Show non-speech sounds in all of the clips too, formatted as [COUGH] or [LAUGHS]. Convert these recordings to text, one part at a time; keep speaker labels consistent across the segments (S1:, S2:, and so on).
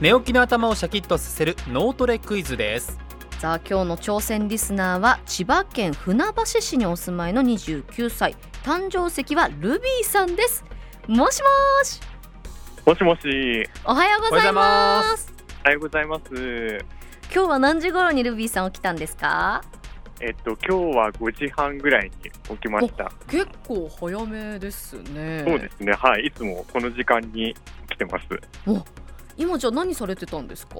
S1: 寝起きの頭をシャキッとさせる脳トレクイズです
S2: さあ今日の挑戦リスナーは千葉県船橋市にお住まいの29歳誕生石はルビーさんですもしもーし
S3: もしもし、
S2: おはようございま
S1: おはようございます
S3: おはようございます。
S2: 今日は何時頃にルビーさん起きたんですか
S3: えっと今日は5時半ぐらいに起きました。
S2: 結構早めですね
S3: そうですね。はい、いつもこの時間に来てます。
S2: 今じゃあ何されてたんですか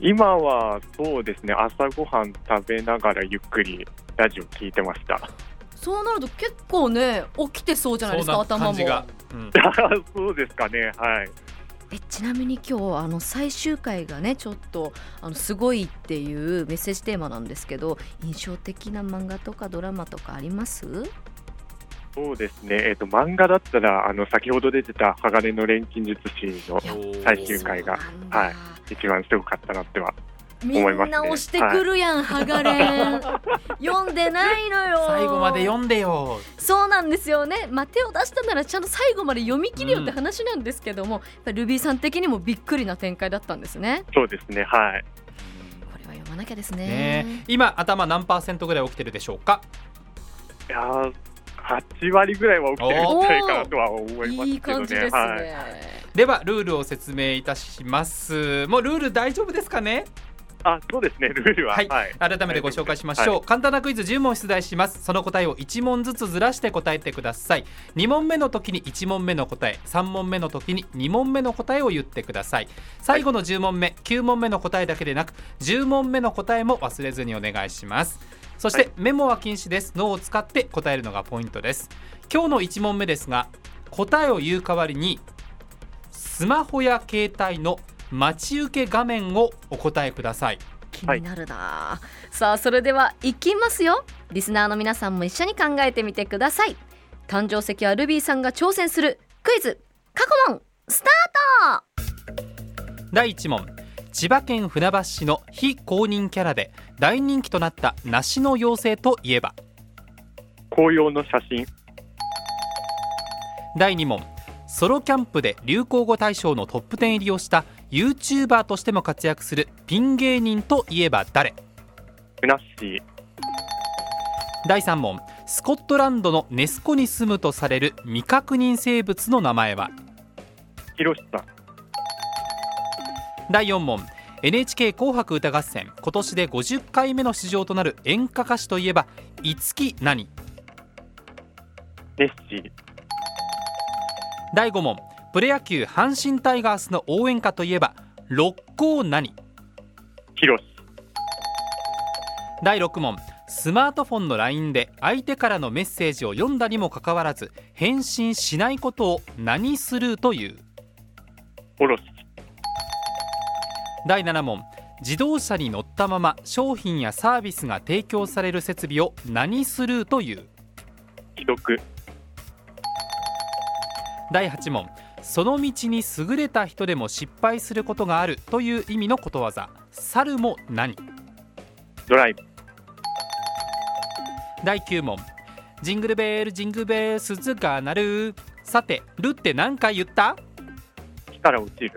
S3: 今はそうですね。朝ごはん食べながらゆっくりラジオ聞いてました。 [LAUGHS]
S2: そうなると結構ね起きてそうじゃないですか
S1: そうな
S2: 頭
S1: 感
S2: も
S1: じが、うん
S3: そうですかね。はい。
S2: えちなみに今日あの最終回がねちょっとあのすごいっていうメッセージテーマなんですけど印象的な漫画とかドラマとかあります
S3: そうですね。えっと漫画だったらあの先ほど出てた鋼の錬金術師の最終回が
S2: そうなんだ
S3: はい一番すごかったなっては。
S2: み
S3: 思いま
S2: ん
S3: すね
S2: な押してくるやん、ハガレン読んでないのよ
S1: 最後まで読んでよ
S2: そうなんですよね、まあ、手を出したならちゃんと最後まで読み切るよって話なんですけども、やっぱりルビーさん的にもびっくりな展開だったんですね
S3: そうですね。はい。
S2: これは読まなきゃですね
S1: ねえ今頭何パーセントぐらい起きてるでしょうか
S3: いやー。8割ぐらいは起きてるんじゃないかなとは思います
S2: いい
S3: けど
S2: 感
S3: ね。
S2: じですね、
S3: はい、
S1: ではルールを説明いたしますもうルール大丈夫ですかね
S3: あ、そうですね。ルールは。
S1: はい
S3: はい
S1: 改めてご紹介しましょう、
S3: は
S1: 簡単なクイズ10問出題しますその答えを1問ずつずらして答えてください2問目の時に1問目の答え3問目の時に2問目の答えを言ってください最後の10問目9問目の答えだけでなく10問目の答えも忘れずにお願いしますそして、
S3: はい
S1: メモは禁止です脳を使って答えるのがポイントです今日の1問目ですが答えを言う代わりにスマホや携帯の待ち受け画面をお答えください
S2: 気になるな、さあそれでは行きますよリスナーの皆さんも一緒に考えてみてください誕生石はルビーさんが挑戦するクイズ過去問スタート
S1: 第1問千葉県船橋市の非公認キャラで大人気となった梨の妖精といえば
S3: 紅葉の写真。
S1: 第2問ソロキャンプで流行語大賞のトップ10入りをした YouTuber としても活躍するピン芸人といえば誰
S3: ふなっしー。
S1: 第3問スコットランドのネス湖に住むとされる未確認生物の名前は
S3: ひろしさん。
S1: 第4問 NHK 紅白歌合戦今年で50回目の出場となる演歌歌手といえば五木何
S3: ネッシー。
S1: 第5問プロ野球阪神タイガースの応援歌といえば六甲何
S3: ひろし。
S1: 第6問スマートフォンの LINE で相手からのメッセージを読んだにもかかわらず返信しないことを何スルーという
S3: おろし。
S1: 第7問自動車に乗ったまま商品やサービスが提供される設備を何スルーという
S3: 既読。
S1: 第8問その道に優れた人でも失敗することがあるという意味のことわざ猿も何
S3: ドライブ。
S1: 第9問ジングルベールジングルベール鈴が鳴るさてルって何回言った
S3: 木から落ちる。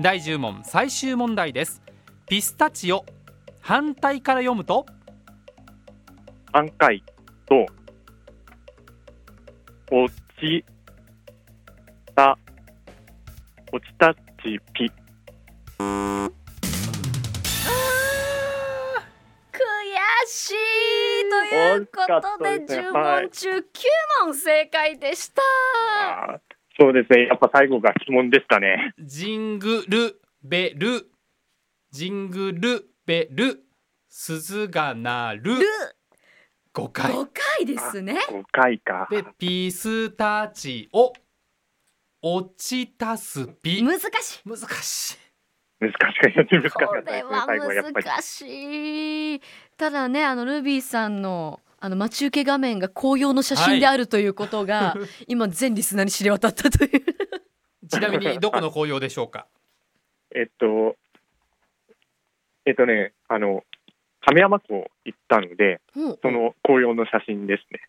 S1: 第10問最終問題ですピスタチオ反対から読むと
S3: 半回と。落ち。た。落ちたちぴ。
S2: 悔しいということで
S3: 惜しかったですね
S2: 10
S3: は
S2: 問
S3: い
S2: 中9問正解でした、
S3: あーそうですね。やっぱ最後が鬼門でしたね。
S1: ジングルベルジングルベル鈴が鳴る
S2: ル
S1: 5回
S2: 5回ですね
S3: 5回か。
S1: でピスタチオ落ちたすピ
S2: 難しい
S1: 難しい
S3: 難しかった。難しか
S2: こ
S3: ったで
S2: れ
S3: すね
S2: は。
S3: 最後はやっぱり。
S2: 難しい。ただね、あのルビーさんの。あの待ち受け画面が紅葉の写真であるということが、
S3: [LAUGHS]
S2: 今全リスナーに知れ渡ったという
S1: ちなみにどこの紅葉でしょうか
S3: えっと。えっとね、あの。亀山湖行ったので、
S2: うん
S3: [LAUGHS] その紅葉の写真ですね。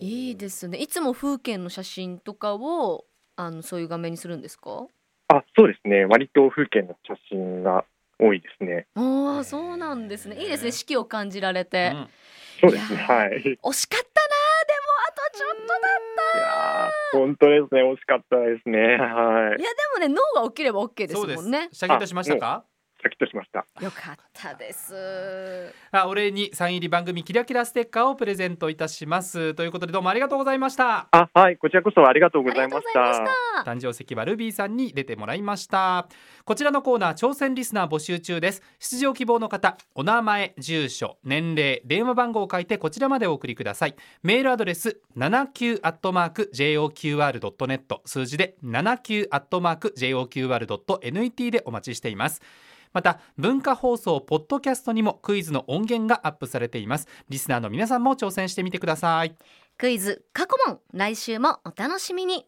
S2: いいですねいつも風景の写真とかをあのそういう画面にするんですか
S3: あそうですね割と風景の写真が多いですね
S2: おお、そうなんですね。いいですね。四季を感じられて。
S1: うん
S3: そうですね
S2: いやー
S3: はい
S2: 惜
S3: い
S2: しかったなでもあとちょっとだった
S3: やー本当ですね惜しかったですねはい
S2: いやでもね脳が起きれば OK です
S1: そうで
S2: も
S1: す
S2: んね。
S1: シャキッとしましたか
S3: シャキッとしました
S2: よかったです
S1: あお礼にサイン入り番組キラキラステッカーをプレゼントいたしますということでどうもありがとうございました
S3: あはいこちらこそありがとうございまし
S2: ありがとうございましたた
S1: 誕生石はルビーさんに出てもらいましたこちらのコーナー挑戦リスナー募集中です出場希望の方お名前住所年齢電話番号を書いてこちらまでお送りくださいメールアドレス 79-joqr.net 数字で 79-joqr.net でお待ちしていますまた文化放送ポッドキャストにもクイズの音源がアップされていますリスナーの皆さんも挑戦してみてください
S2: クイズ過去問来週もお楽しみに